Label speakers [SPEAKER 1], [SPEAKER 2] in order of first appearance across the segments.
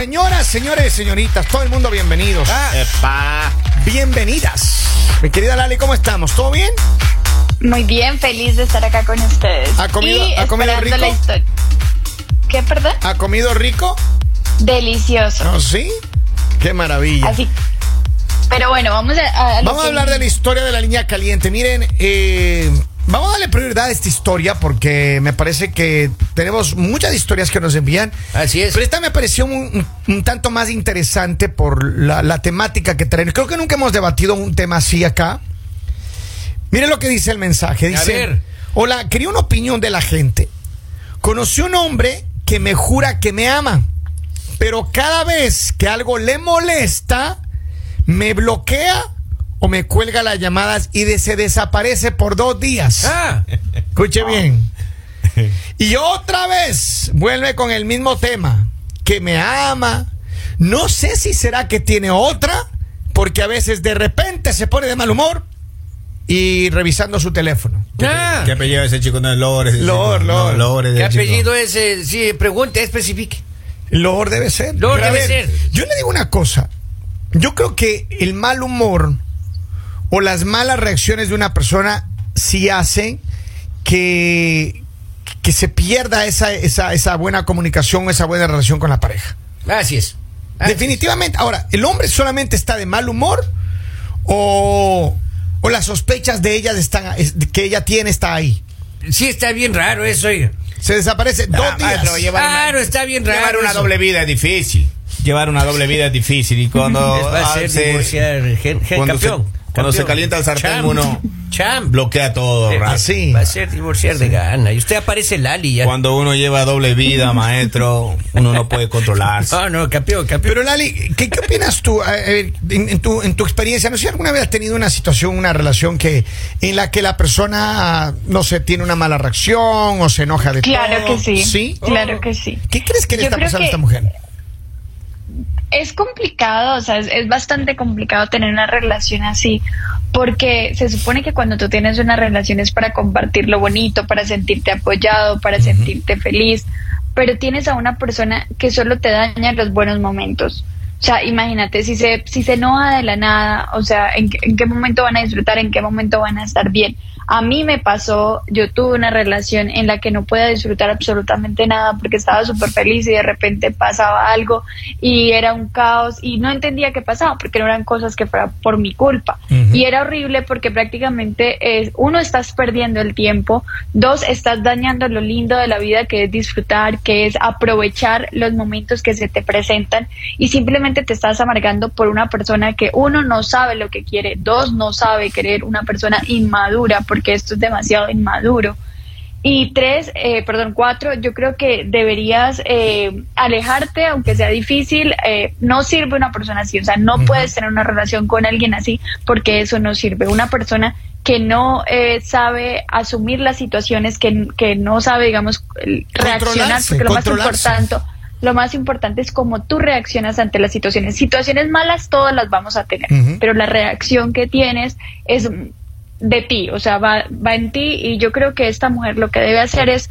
[SPEAKER 1] señores y señoritas, todo el mundo bienvenidos.
[SPEAKER 2] Ah.
[SPEAKER 1] Epa. Bienvenidas. Mi querida Lali, ¿cómo estamos? ¿Todo bien?
[SPEAKER 3] Muy bien, feliz de estar acá con ustedes.
[SPEAKER 1] ¿Ha comido-
[SPEAKER 3] y
[SPEAKER 1] ha comido
[SPEAKER 3] esperando
[SPEAKER 1] rico?
[SPEAKER 3] la historia. ¿Qué, perdón?
[SPEAKER 1] ¿Ha comido rico?
[SPEAKER 3] Delicioso.
[SPEAKER 1] ¿No? ¿Sí? Qué maravilla.
[SPEAKER 3] Así. Pero bueno, vamos a. a- a lo
[SPEAKER 1] Ah, Vamos a
[SPEAKER 3] que-
[SPEAKER 1] hablar de la historia de la línea caliente. Miren, eh, vamos a darle prioridad a esta historia porque me parece que tenemos muchas historias que nos envían.
[SPEAKER 2] Así es.
[SPEAKER 1] Pero esta me pareció un, un- un tanto más interesante por la, la temática que traen. Creo que nunca hemos debatido un tema así acá. Miren lo que dice el mensaje. Dice,
[SPEAKER 2] ver.
[SPEAKER 1] hola, quería una opinión de la gente. Conocí un hombre que me jura que me ama, pero cada vez que algo le molesta, me bloquea o me cuelga las llamadas y de- se desaparece por dos días.
[SPEAKER 2] Ah,
[SPEAKER 1] Escuche bien. Y otra vez vuelve con el mismo tema, que me ama. No sé si será que tiene otra, porque a veces de repente se pone de mal humor y revisando su teléfono.
[SPEAKER 2] ah.
[SPEAKER 4] ¿Qué apellido es ese chico? No es Lores. ese
[SPEAKER 1] Lor,
[SPEAKER 4] chico.
[SPEAKER 1] Lor.
[SPEAKER 4] No, Lores
[SPEAKER 2] ¿Qué
[SPEAKER 4] ese chico.
[SPEAKER 2] apellido es? eh, Sí, pregunte, especifique.
[SPEAKER 1] Lord debe ser.
[SPEAKER 2] Lord
[SPEAKER 1] Pero a
[SPEAKER 2] debe
[SPEAKER 1] ver,
[SPEAKER 2] ser.
[SPEAKER 1] Yo le digo una cosa. Yo creo que el mal humor o las malas reacciones de una persona sí hacen que, que se pierda esa, esa, esa buena comunicación, esa buena relación con la pareja.
[SPEAKER 2] Así es.
[SPEAKER 4] Ah.
[SPEAKER 2] Así es.
[SPEAKER 1] Definitivamente. Ahora, ¿el hombre solamente está de mal humor o, o las sospechas de ellas están, es- que ella tiene está ahí?
[SPEAKER 2] Sí, está bien raro eso, oiga.
[SPEAKER 1] Se desaparece dos
[SPEAKER 4] Ah,
[SPEAKER 1] días.
[SPEAKER 4] maestro, llevar una-
[SPEAKER 2] Claro, está bien raro.
[SPEAKER 4] Llevar una
[SPEAKER 2] eso.
[SPEAKER 4] doble vida es difícil. Llevar una doble vida es difícil. Y cuando.
[SPEAKER 2] Les va a hacer
[SPEAKER 4] se-
[SPEAKER 2] divorciar, gen- gen-
[SPEAKER 4] ah, cuando
[SPEAKER 2] campeón,
[SPEAKER 4] se- cuando se
[SPEAKER 2] campeón.
[SPEAKER 4] calienta el sartén,
[SPEAKER 2] Cham,
[SPEAKER 4] uno
[SPEAKER 2] cham.
[SPEAKER 4] bloquea todo,
[SPEAKER 2] Eh,
[SPEAKER 4] raro.
[SPEAKER 1] Así.
[SPEAKER 2] Va a ser divorciar de gana. Y usted aparece Lali ya.
[SPEAKER 4] Cuando uno lleva doble vida, maestro, uno no puede controlarse.
[SPEAKER 2] No, no, campeón, campeón.
[SPEAKER 1] Pero Lali, ¿qué, qué opinas tú A- a ver, en, en tu, en tu experiencia? No sé si alguna vez has tenido una situación, una relación que en la que la persona, no sé, tiene una mala reacción o se enoja de
[SPEAKER 3] Claro
[SPEAKER 1] todo.
[SPEAKER 3] que sí.
[SPEAKER 1] ¿Sí?
[SPEAKER 3] Claro que sí.
[SPEAKER 1] ¿Qué crees que le
[SPEAKER 3] Yo
[SPEAKER 1] está
[SPEAKER 3] creo
[SPEAKER 1] pasando a
[SPEAKER 3] que-
[SPEAKER 1] esta mujer?
[SPEAKER 3] es complicado, o sea, es, es bastante complicado tener una relación así, porque se supone que cuando tú tienes una relación es para compartir lo bonito, para sentirte apoyado, para sentirte feliz, pero tienes a una persona que solo te daña los buenos momentos. O sea, imagínate si se si se enoja de la nada, o sea, ¿en, qué- en qué momento van a disfrutar, en qué momento van a estar bien. A mí me pasó, yo tuve una relación en la que no podía disfrutar absolutamente nada porque estaba súper feliz y de repente pasaba algo y era un caos y no entendía qué pasaba porque no eran cosas que fueran por mi culpa. Y era horrible porque prácticamente es, uno, estás perdiendo el tiempo, dos, estás dañando lo lindo de la vida que es disfrutar, que es aprovechar los momentos que se te presentan y simplemente te estás amargando por una persona que uno no sabe lo que quiere, dos, no sabe querer una persona inmadura porque esto es demasiado inmaduro. Y tres, eh, perdón, cuatro, yo creo que deberías eh, alejarte, aunque sea difícil. eh, no sirve una persona así, o sea, no puedes tener una relación con alguien así porque eso no sirve. Una persona que no eh, sabe asumir las situaciones, que, que no sabe, digamos, el- reaccionar,
[SPEAKER 1] Controlarse,
[SPEAKER 3] porque lo más
[SPEAKER 1] controlarse.
[SPEAKER 3] importante, lo más importante es cómo tú reaccionas ante las situaciones. Situaciones malas todas las vamos a tener,
[SPEAKER 1] Ujú.
[SPEAKER 3] pero la reacción que tienes es de ti, o sea, va, va en ti y yo creo que esta mujer lo que debe hacer es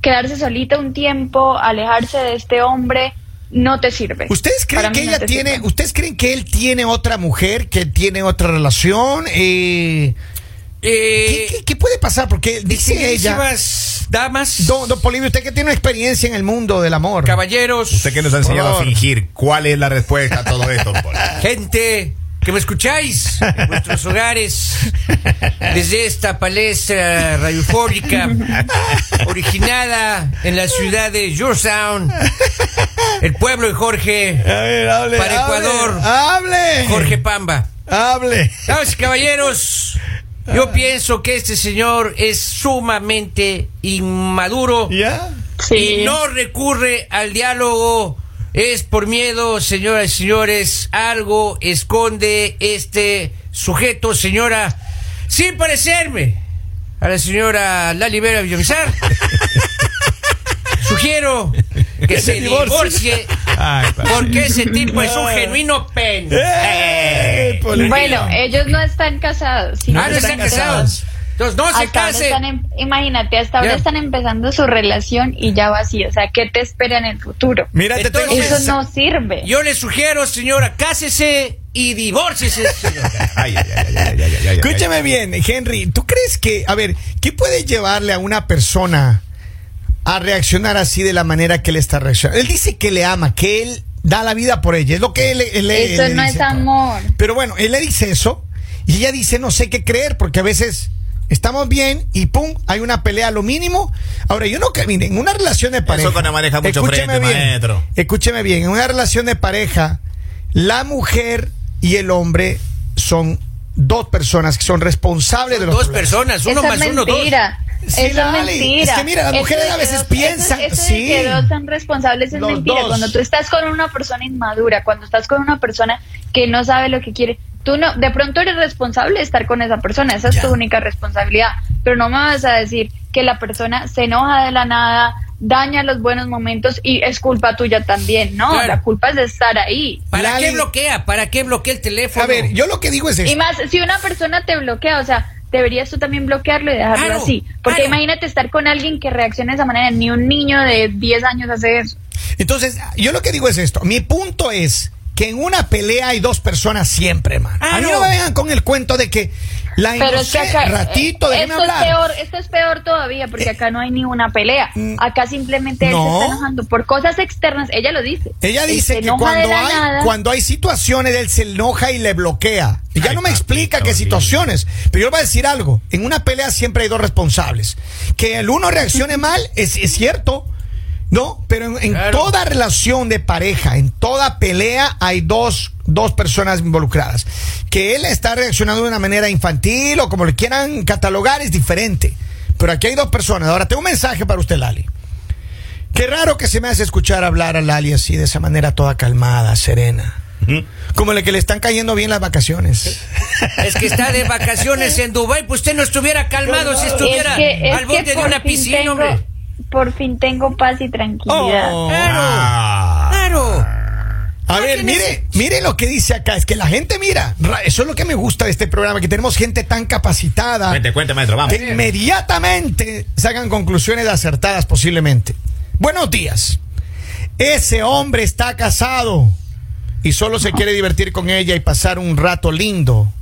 [SPEAKER 3] quedarse solita un tiempo, alejarse de este hombre, no te sirve.
[SPEAKER 1] ¿Ustedes creen
[SPEAKER 3] Para
[SPEAKER 1] que
[SPEAKER 3] mí no
[SPEAKER 1] ella
[SPEAKER 3] te
[SPEAKER 1] tiene,
[SPEAKER 3] sirve.
[SPEAKER 1] ustedes creen que él tiene otra mujer, que tiene otra relación? Eh, ¿qué,
[SPEAKER 2] Eh,
[SPEAKER 1] qué- qué puede pasar? Porque dice ella,
[SPEAKER 2] queridísimas damas,
[SPEAKER 1] don, don Polibio, usted que tiene una experiencia en el mundo del amor.
[SPEAKER 2] caballeros,
[SPEAKER 4] Usted que nos ha enseñado
[SPEAKER 1] Por-
[SPEAKER 4] a fingir, ¿cuál es la respuesta a todo esto? Polo?
[SPEAKER 2] gente que me escucháis en vuestros hogares, desde esta palestra radiofónica originada en la ciudad de Georgetown, el pueblo de Jorge,
[SPEAKER 1] A ver, hable.
[SPEAKER 2] Para
[SPEAKER 1] hable,
[SPEAKER 2] Ecuador.
[SPEAKER 1] Hable.
[SPEAKER 2] Jorge Pamba.
[SPEAKER 1] Hable.
[SPEAKER 2] Damas y caballeros, yo pienso que este señor es sumamente inmaduro.
[SPEAKER 1] ¿Ya?
[SPEAKER 3] Sí.
[SPEAKER 2] y no recurre al diálogo. Es por miedo, señoras y señores. Algo esconde este sujeto, señora. Sin parecerme a la señora Lali Vera Villamizar. Sugiero que se divorcie
[SPEAKER 4] Ay, pa-
[SPEAKER 2] porque ese tipo es un genuino Ah, pen.
[SPEAKER 1] ¡Eh! Polibio.
[SPEAKER 4] eh,
[SPEAKER 3] Bueno, ellos no están casados.
[SPEAKER 2] Ah, no
[SPEAKER 3] simplemente-
[SPEAKER 2] están casados. Entonces, no se
[SPEAKER 3] Hasta ahora
[SPEAKER 2] case.
[SPEAKER 3] están em- imagínate, hasta ahora
[SPEAKER 2] Ya.
[SPEAKER 3] están empezando su relación y ya va así. O sea, ¿qué te espera en el futuro?
[SPEAKER 1] Mira, te tengo un
[SPEAKER 2] Entonces-
[SPEAKER 3] Eso
[SPEAKER 1] mensaje.
[SPEAKER 3] no sirve.
[SPEAKER 2] Yo le sugiero, señora, cásese y divórciese, señora.
[SPEAKER 4] Ay, ay, ay, ay, ay, ay, ay, ay,
[SPEAKER 1] Escúchame bien, Henry. ¿Tú crees que, a ver, qué puede llevarle a una persona a reaccionar así de la manera que él está reaccionando? Él dice que le ama, que él da la vida por ella. Es lo que él, él le-
[SPEAKER 3] Eso
[SPEAKER 1] le
[SPEAKER 3] no
[SPEAKER 1] dice.
[SPEAKER 3] es amor.
[SPEAKER 1] Pero bueno, él le dice eso y ella dice no sé qué creer porque a veces estamos bien y pum, hay una pelea a lo mínimo. Ahora, yo no que miren, en una relación de pareja.
[SPEAKER 4] con la pareja mucho
[SPEAKER 1] escúcheme
[SPEAKER 4] frente,
[SPEAKER 1] bien,
[SPEAKER 4] maestro.
[SPEAKER 1] Escúcheme bien, en una relación de pareja, la mujer y el hombre son dos personas que son responsables de los
[SPEAKER 2] Dos
[SPEAKER 1] problemas.
[SPEAKER 2] personas, uno
[SPEAKER 3] Eso
[SPEAKER 2] más
[SPEAKER 3] es
[SPEAKER 2] uno, dos.
[SPEAKER 3] mentira.
[SPEAKER 1] Sí,
[SPEAKER 3] eso es
[SPEAKER 1] Lali,
[SPEAKER 3] mentira.
[SPEAKER 1] es que mira, las
[SPEAKER 3] Eso
[SPEAKER 1] mujeres
[SPEAKER 3] de
[SPEAKER 1] a
[SPEAKER 3] que
[SPEAKER 1] veces
[SPEAKER 3] dos-
[SPEAKER 1] piensan,
[SPEAKER 3] Eso, eso
[SPEAKER 1] sí.
[SPEAKER 3] de que dos son responsables es
[SPEAKER 1] Los
[SPEAKER 3] mentira.
[SPEAKER 1] dos.
[SPEAKER 3] Cuando tú estás con una persona inmadura, cuando estás con una persona que no sabe lo que quiere, tú no, de pronto eres responsable de estar con esa persona. Esa
[SPEAKER 1] Ya.
[SPEAKER 3] es tu única responsabilidad. Pero no me vas a decir que la persona se enoja de la nada, daña los buenos momentos y es culpa tuya también. No,
[SPEAKER 2] Claro.
[SPEAKER 3] la culpa es de estar ahí.
[SPEAKER 2] ¿Para
[SPEAKER 1] Lali-
[SPEAKER 2] qué bloquea? ¿Para qué bloquea el teléfono?
[SPEAKER 1] A ver, yo lo que digo es
[SPEAKER 3] Y
[SPEAKER 1] esto.
[SPEAKER 3] más, si una
[SPEAKER 1] Pues
[SPEAKER 3] persona te bloquea, o sea, deberías tú también bloquearlo y dejarlo
[SPEAKER 2] Claro,
[SPEAKER 3] así. Porque
[SPEAKER 2] claro.
[SPEAKER 3] imagínate estar con alguien que reacciona de esa manera. Ni un niño de 10 años hace eso.
[SPEAKER 1] Entonces, yo lo que digo es esto. Mi punto es que en una pelea hay dos personas siempre, hermano.
[SPEAKER 2] Ah,
[SPEAKER 1] a mí no.
[SPEAKER 2] no.
[SPEAKER 1] me vengan con el cuento de que la
[SPEAKER 3] Pero es que
[SPEAKER 1] inocé-
[SPEAKER 3] acá.
[SPEAKER 1] ratito,
[SPEAKER 3] eh,
[SPEAKER 1] déjeme
[SPEAKER 3] esto, es
[SPEAKER 1] hablar. Eh,
[SPEAKER 3] peor, esto es peor todavía, porque acá no hay ni una pelea.
[SPEAKER 1] Mm,
[SPEAKER 3] Acá simplemente él
[SPEAKER 1] no.
[SPEAKER 3] se está enojando por cosas externas. Ella lo dice.
[SPEAKER 1] Ella
[SPEAKER 3] Él
[SPEAKER 1] dice
[SPEAKER 3] se
[SPEAKER 1] que
[SPEAKER 3] enoja de
[SPEAKER 1] cuando
[SPEAKER 3] la
[SPEAKER 1] hay,
[SPEAKER 3] nada.
[SPEAKER 1] cuando hay situaciones, él se enoja y le bloquea. Y ya
[SPEAKER 4] Ay,
[SPEAKER 1] no me
[SPEAKER 4] papito
[SPEAKER 1] explica qué
[SPEAKER 4] lindo.
[SPEAKER 1] situaciones. Pero yo voy a decir algo. En una pelea siempre hay dos responsables. Que el uno reaccione mal, es, es cierto. No, pero en, en
[SPEAKER 2] Claro.
[SPEAKER 1] toda relación de pareja, en toda pelea, hay dos, dos personas involucradas. Que él está reaccionando de una manera infantil o como le quieran catalogar es diferente. Pero aquí hay dos personas. Ahora, tengo un mensaje para usted, Lali. Qué raro que se me hace escuchar hablar a Lali así, de esa manera toda calmada, serena.
[SPEAKER 4] ay.
[SPEAKER 1] Como la que le están cayendo bien las vacaciones.
[SPEAKER 2] Es que está de vacaciones en Dubai, pues usted no estuviera calmado si estuviera al borde de
[SPEAKER 3] por
[SPEAKER 2] una
[SPEAKER 3] fin
[SPEAKER 2] piscina,
[SPEAKER 3] tengo-
[SPEAKER 2] hombre.
[SPEAKER 3] Por fin tengo paz y tranquilidad.
[SPEAKER 1] Oh.
[SPEAKER 2] Claro,
[SPEAKER 4] Ah.
[SPEAKER 2] claro.
[SPEAKER 1] A ver,
[SPEAKER 2] ¿quién
[SPEAKER 1] mire, mire lo que dice acá. Es que la gente mira. ra- Eso es lo que me gusta de este programa, que tenemos gente tan capacitada
[SPEAKER 4] Cuente, cuente, maestro, vamos.
[SPEAKER 1] que inmediatamente sacan conclusiones acertadas posiblemente. Buenos días. Ese hombre está casado y solo se quiere divertir con ella y pasar un rato lindo.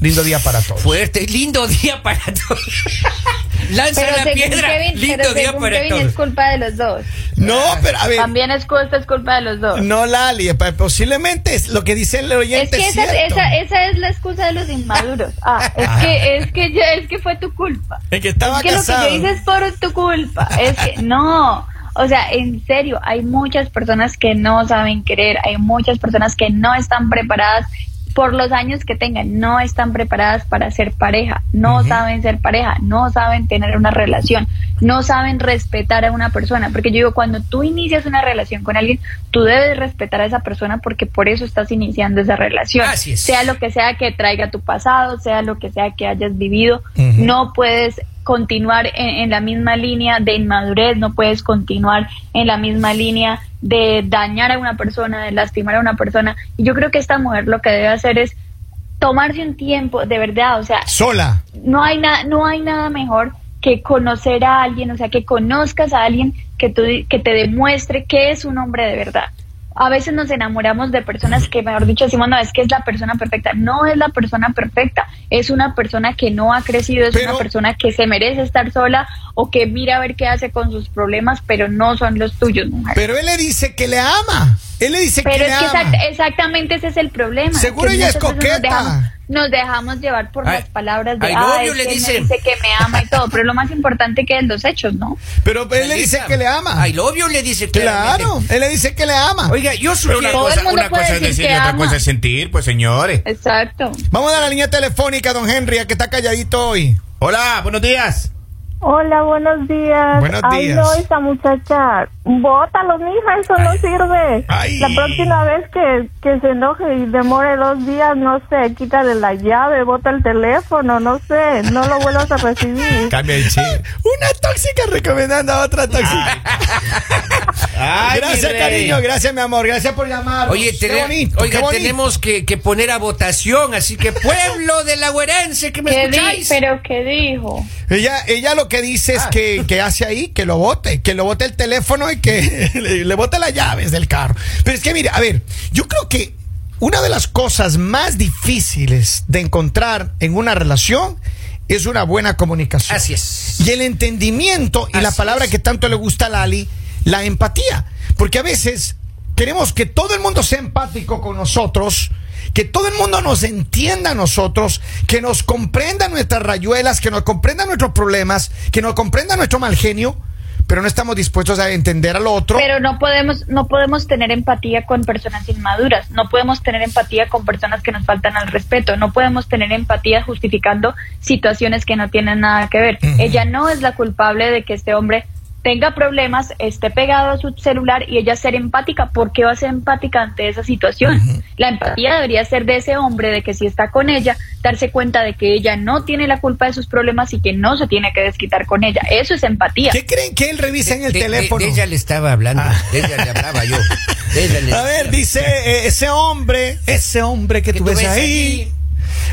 [SPEAKER 1] Lindo día para todos.
[SPEAKER 2] Fuerte, lindo día para todos. Lanza
[SPEAKER 3] Pero
[SPEAKER 2] la
[SPEAKER 3] según
[SPEAKER 2] piedra,
[SPEAKER 3] Kevin, pero
[SPEAKER 2] lindo día
[SPEAKER 3] según
[SPEAKER 2] para
[SPEAKER 3] Kevin
[SPEAKER 2] todos.
[SPEAKER 3] es culpa de los dos.
[SPEAKER 1] No, pero a ver.
[SPEAKER 3] También es, cu- esto es culpa de los dos.
[SPEAKER 1] No, Lali, pa- posiblemente es lo que dice el
[SPEAKER 3] Es
[SPEAKER 1] oyente
[SPEAKER 3] que
[SPEAKER 1] es,
[SPEAKER 3] esa,
[SPEAKER 1] cierto.
[SPEAKER 3] esa, esa es la excusa de los inmaduros. Ah, es que, es que, yo- es que fue tu culpa.
[SPEAKER 1] El que estaba
[SPEAKER 3] Es que lo que
[SPEAKER 1] casado.
[SPEAKER 3] yo hice es por tu culpa. Es que, no. O sea, en serio, hay muchas personas que no saben querer, hay muchas personas que no están preparadas por los años que tengan, no están preparadas para ser pareja, no saben ser pareja, no saben tener una relación, no saben respetar a una persona, porque yo digo, cuando tú inicias una relación con alguien, tú debes respetar a esa persona porque por eso estás iniciando esa relación,
[SPEAKER 2] Así es.
[SPEAKER 3] sea lo que sea que traiga tu pasado, sea lo que sea que hayas vivido,
[SPEAKER 1] Ujú.
[SPEAKER 3] no puedes continuar en, en la misma línea de inmadurez, no puedes continuar en la misma línea de dañar a una persona, de lastimar a una persona. Y yo creo que esta mujer lo que debe hacer es tomarse un tiempo, de verdad, o sea,
[SPEAKER 1] Sola.
[SPEAKER 3] no hay nada no hay nada mejor que conocer a alguien o sea que conozcas a alguien que tú que te demuestre que es un hombre de verdad a veces nos enamoramos de personas que mejor dicho decimos no es que es la persona perfecta no es la persona perfecta es una persona que no ha crecido es
[SPEAKER 1] Pero-
[SPEAKER 3] una persona que se merece estar sola o que mira a ver qué hace con sus problemas pero no son los tuyos mujer
[SPEAKER 1] Pero él le dice que le ama. Él le dice
[SPEAKER 3] pero
[SPEAKER 1] que le
[SPEAKER 3] es que eh,
[SPEAKER 1] ama.
[SPEAKER 3] exact- exactamente ese es el problema.
[SPEAKER 1] Seguro
[SPEAKER 3] que
[SPEAKER 1] ella es
[SPEAKER 3] muchas veces
[SPEAKER 1] coqueta.
[SPEAKER 3] Nos dejamos, nos dejamos llevar por
[SPEAKER 2] Ay,
[SPEAKER 3] las palabras de
[SPEAKER 2] ay,
[SPEAKER 3] ay,
[SPEAKER 2] novio
[SPEAKER 3] es
[SPEAKER 2] le
[SPEAKER 3] que me
[SPEAKER 2] dicen.
[SPEAKER 3] dice que me ama y todo. Pero lo más importante que es los hechos, ¿no?
[SPEAKER 1] Pero él le dice que le ama.
[SPEAKER 2] Ay, lo obvio le dice claramente.
[SPEAKER 1] Claro, él le dice que le ama.
[SPEAKER 2] Oiga, yo
[SPEAKER 4] Pero una
[SPEAKER 2] sugiero.
[SPEAKER 3] Todo el
[SPEAKER 4] cosa,
[SPEAKER 3] mundo
[SPEAKER 4] una
[SPEAKER 3] puede
[SPEAKER 4] cosa es
[SPEAKER 3] decir
[SPEAKER 4] decir
[SPEAKER 3] que
[SPEAKER 4] y otra
[SPEAKER 3] ama.
[SPEAKER 4] cosa es sentir, pues señores.
[SPEAKER 3] Exacto.
[SPEAKER 1] Vamos a dar la línea telefónica, don Henry, a que está calladito hoy.
[SPEAKER 4] Hola, buenos días.
[SPEAKER 5] Hola, buenos días.
[SPEAKER 1] Buenos
[SPEAKER 5] Ay,
[SPEAKER 1] días.
[SPEAKER 5] no, esa muchacha. Bótalo, mija, eso no sirve.
[SPEAKER 1] Ay.
[SPEAKER 5] La próxima vez que, que se enoje y demore dos días, no sé, quítale la llave, bota el teléfono, no sé, no lo vuelvas a recibir.
[SPEAKER 4] Cambia el chip.
[SPEAKER 1] Una tóxica recomendando a otra tóxica.
[SPEAKER 4] Ay,
[SPEAKER 1] gracias,
[SPEAKER 2] mi rey.
[SPEAKER 1] cariño. Gracias, mi amor. Gracias por llamar.
[SPEAKER 2] Oye,
[SPEAKER 1] Qué
[SPEAKER 2] tene-
[SPEAKER 1] bonito,
[SPEAKER 2] oiga,
[SPEAKER 1] qué bonito.
[SPEAKER 2] tenemos que, que poner a votación, así que pueblo de la Huerense, que me
[SPEAKER 3] ¿Qué di-
[SPEAKER 2] escucháis.
[SPEAKER 3] ¿Pero qué dijo?
[SPEAKER 1] Ella, ella lo que dice es que, que hace ahí, que lo bote, que lo bote el teléfono y que le, le bote las llaves del carro. Pero es que, mire, a ver, yo creo que una de las cosas más difíciles de encontrar en una relación es una buena comunicación.
[SPEAKER 2] Así es.
[SPEAKER 1] Y el entendimiento, y la
[SPEAKER 2] Así
[SPEAKER 1] palabra
[SPEAKER 2] es.
[SPEAKER 1] que tanto le gusta a Lali, la empatía. Porque a veces queremos que todo el mundo sea empático con nosotros, que todo el mundo nos entienda a nosotros, que nos comprenda nuestras rayuelas, que nos comprenda nuestros problemas, que nos comprenda nuestro mal genio, pero no estamos dispuestos a entender al otro.
[SPEAKER 3] Pero no podemos, no podemos tener empatía con personas inmaduras, no podemos tener empatía con personas que nos faltan al respeto, no podemos tener empatía justificando situaciones que no tienen nada que ver. Ella no es la culpable de que este hombre tenga problemas, esté pegado a su celular y ella ser empática. ¿Por qué va a ser empática ante esa situación? La empatía debería ser de ese hombre, de que si está con ella, darse cuenta de que ella no tiene la culpa de sus problemas y que no se tiene que desquitar con ella. Eso es empatía.
[SPEAKER 1] ¿Qué creen que él revisa en el
[SPEAKER 2] De- de-
[SPEAKER 1] teléfono? Ah.
[SPEAKER 2] de ella le estaba hablando, de ella le hablaba yo. de ella le-
[SPEAKER 1] A ver, dice eh, ese hombre, ese hombre que,
[SPEAKER 2] Que
[SPEAKER 1] tú ves, ahí.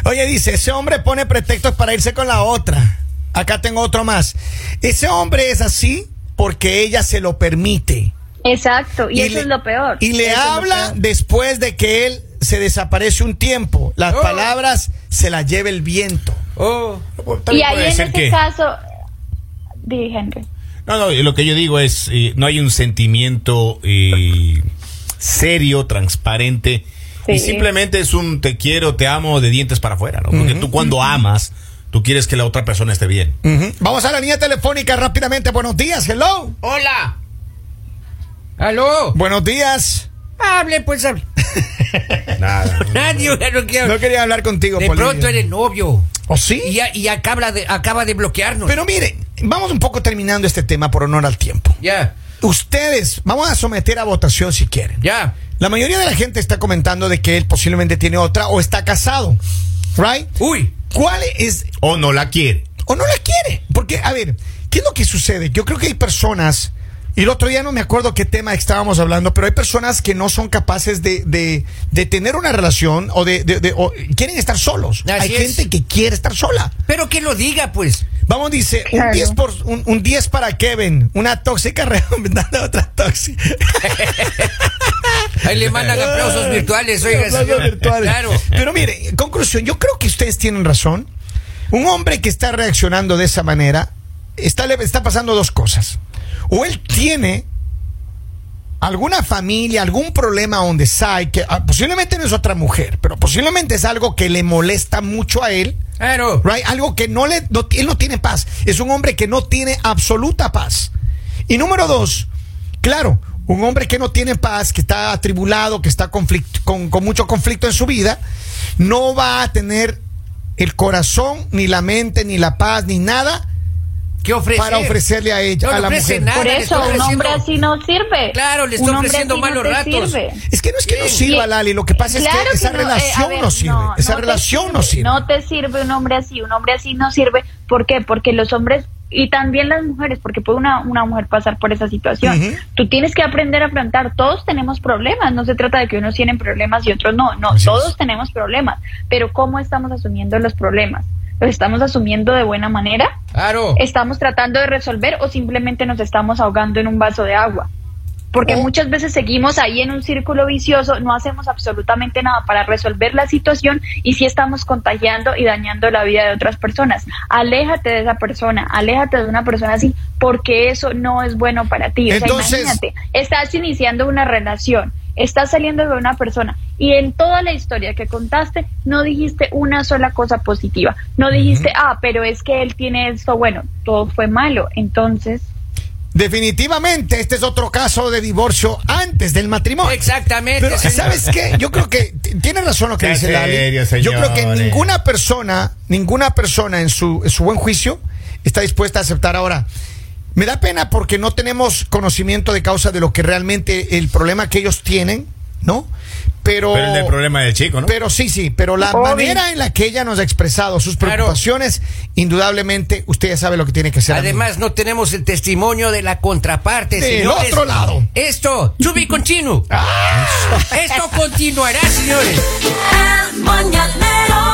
[SPEAKER 1] Oye, dice, ese hombre pone pretextos para irse con la otra. Acá tengo otro más. Ese hombre es así porque ella se lo permite.
[SPEAKER 3] Exacto, y, eso
[SPEAKER 1] le-
[SPEAKER 3] es lo peor.
[SPEAKER 1] Y le
[SPEAKER 3] Eso es lo
[SPEAKER 1] habla
[SPEAKER 3] peor.
[SPEAKER 1] después de que él se desaparece un tiempo. Las
[SPEAKER 2] Oh.
[SPEAKER 1] palabras se las lleva el viento.
[SPEAKER 2] Oh,
[SPEAKER 3] Y
[SPEAKER 4] También
[SPEAKER 3] ahí
[SPEAKER 4] puede
[SPEAKER 3] en
[SPEAKER 4] ser
[SPEAKER 3] ese
[SPEAKER 4] que-
[SPEAKER 3] caso, dije Henry,
[SPEAKER 4] No, no, lo que yo digo es, eh, no hay un sentimiento eh, serio, transparente.
[SPEAKER 3] Sí.
[SPEAKER 4] Y simplemente es un te quiero, te amo de dientes para afuera, ¿no? Porque tú cuando amas, tú quieres que la otra persona esté bien.
[SPEAKER 1] Vamos a la línea telefónica rápidamente. Buenos días, hello.
[SPEAKER 2] hola. ¿Aló?
[SPEAKER 1] Buenos días.
[SPEAKER 2] Hable, pues hable.
[SPEAKER 4] Nada.
[SPEAKER 2] Nadie, ya no quiero.
[SPEAKER 1] No quería hablar contigo,
[SPEAKER 2] de
[SPEAKER 1] Polillo.
[SPEAKER 2] pronto eres novio.
[SPEAKER 1] ¿O sí?
[SPEAKER 2] Y, ya- y acaba, de, acaba de bloquearnos.
[SPEAKER 1] Pero mire, vamos un poco terminando este tema por honor al tiempo.
[SPEAKER 2] Ya,
[SPEAKER 1] Ustedes, vamos a someter a votación si quieren.
[SPEAKER 2] ya.
[SPEAKER 1] La mayoría de la gente está comentando de que él posiblemente tiene otra o está casado. ¿Right?
[SPEAKER 2] Uy,
[SPEAKER 1] ¿Cuál es?
[SPEAKER 4] O no la quiere.
[SPEAKER 1] O no la quiere. Porque, a ver, ¿qué es lo que sucede? Yo creo que hay personas, y el otro día no me acuerdo qué tema estábamos hablando, pero hay personas que no son capaces de, de- de tener una relación o de, de- de- o quieren estar solos.
[SPEAKER 2] Así
[SPEAKER 1] hay
[SPEAKER 2] es.
[SPEAKER 1] gente que quiere estar sola.
[SPEAKER 2] pero que lo diga, pues.
[SPEAKER 1] Vamos, dice, un
[SPEAKER 3] Claro.
[SPEAKER 1] 10 por un, un 10 para Kevin, una tóxica recomendando a otra tóxica.
[SPEAKER 2] Ahí le mandan aplausos virtuales, oiga,
[SPEAKER 1] Aplausos
[SPEAKER 2] señor.
[SPEAKER 1] virtuales.
[SPEAKER 2] Claro.
[SPEAKER 1] Pero mire, en conclusión, yo creo que ustedes tienen razón. Un hombre que está reaccionando de esa manera está, le- está pasando dos cosas. O él tiene alguna familia, algún problema donde sabe que ah, posiblemente no es otra mujer, pero posiblemente es algo que le molesta mucho a él.
[SPEAKER 2] Claro.
[SPEAKER 1] Right? Algo que no le. no- él no tiene paz. Es un hombre que no tiene absoluta paz. Y número dos, claro, un hombre que no tiene paz, que está atribulado, que está conflict- con, con mucho conflicto en su vida, no va a tener el corazón, ni la mente, ni la paz, ni nada
[SPEAKER 2] ¿Qué ofrece?
[SPEAKER 1] para ofrecerle a ella,
[SPEAKER 2] No
[SPEAKER 1] a
[SPEAKER 2] le
[SPEAKER 1] la
[SPEAKER 2] ofrece
[SPEAKER 1] mujer.
[SPEAKER 2] nada.
[SPEAKER 3] por
[SPEAKER 2] le
[SPEAKER 3] eso
[SPEAKER 2] estoy
[SPEAKER 3] un hombre
[SPEAKER 2] ofreciendo-
[SPEAKER 3] así no sirve.
[SPEAKER 2] Claro, le
[SPEAKER 3] Un
[SPEAKER 2] está
[SPEAKER 3] hombre
[SPEAKER 2] ofreciendo
[SPEAKER 3] así
[SPEAKER 2] malos
[SPEAKER 3] te
[SPEAKER 2] ratos.
[SPEAKER 3] sirve.
[SPEAKER 1] Es que no es que no
[SPEAKER 2] Sí.
[SPEAKER 1] sirva,
[SPEAKER 3] Y-
[SPEAKER 1] Lali, lo que pasa es
[SPEAKER 3] Claro
[SPEAKER 1] que esa
[SPEAKER 3] no, eh, a
[SPEAKER 1] relación
[SPEAKER 3] ver,
[SPEAKER 1] no sirve.
[SPEAKER 3] no,
[SPEAKER 1] esa
[SPEAKER 3] no te
[SPEAKER 1] relación
[SPEAKER 3] sirve,
[SPEAKER 1] no sirve.
[SPEAKER 3] No te sirve un hombre así, un hombre así no sirve. ¿Por qué? Porque los hombres y también las mujeres, porque puede una, una mujer pasar por esa situación.
[SPEAKER 1] Ujú.
[SPEAKER 3] Tú tienes que aprender a afrontar. Todos tenemos problemas. No se trata de que unos tienen problemas y otros no. No,
[SPEAKER 1] Así es.
[SPEAKER 3] todos tenemos problemas. Pero ¿cómo estamos asumiendo los problemas? ¿Los estamos asumiendo de buena manera?
[SPEAKER 1] Oh.
[SPEAKER 2] Claro.
[SPEAKER 3] estamos tratando de resolver o simplemente nos estamos ahogando en un vaso de agua. Porque
[SPEAKER 1] O-
[SPEAKER 3] muchas veces seguimos ahí en un círculo vicioso, no hacemos absolutamente nada para resolver la situación y sí estamos contagiando y dañando la vida de otras personas. Aléjate de esa persona, aléjate de una persona así, porque eso no es bueno para ti. O sea,
[SPEAKER 1] Entonces-
[SPEAKER 3] imagínate, estás iniciando una relación, estás saliendo de una persona y en toda la historia que contaste no dijiste una sola cosa positiva, no dijiste, ah, pero es que él tiene esto bueno, todo fue malo, entonces...
[SPEAKER 1] Definitivamente, este es otro caso de divorcio antes del matrimonio.
[SPEAKER 2] Exactamente.
[SPEAKER 1] Pero
[SPEAKER 2] señor.
[SPEAKER 1] ¿sabes qué? Yo creo que t- tiene razón lo que
[SPEAKER 4] Sea
[SPEAKER 1] dice Lali.
[SPEAKER 4] serio,
[SPEAKER 1] Yo creo que
[SPEAKER 4] señores.
[SPEAKER 1] ninguna persona, ninguna persona en su, en su buen juicio está dispuesta a aceptar ahora. Me da pena porque no tenemos conocimiento de causa de lo que realmente el problema que ellos tienen, ¿no? Pero,
[SPEAKER 4] Pero es el problema del chico, ¿no?
[SPEAKER 1] pero sí, sí, pero la
[SPEAKER 5] Obvio.
[SPEAKER 1] manera en la que ella nos ha expresado sus
[SPEAKER 2] Claro.
[SPEAKER 1] preocupaciones, indudablemente usted ya sabe lo que tiene que hacer. amigo.
[SPEAKER 2] Además, no tenemos el testimonio de la contraparte,
[SPEAKER 1] Del
[SPEAKER 2] señores.
[SPEAKER 1] otro lado. Ah.
[SPEAKER 2] Esto, to be continuo. Esto continuará, señores.
[SPEAKER 6] El mañanero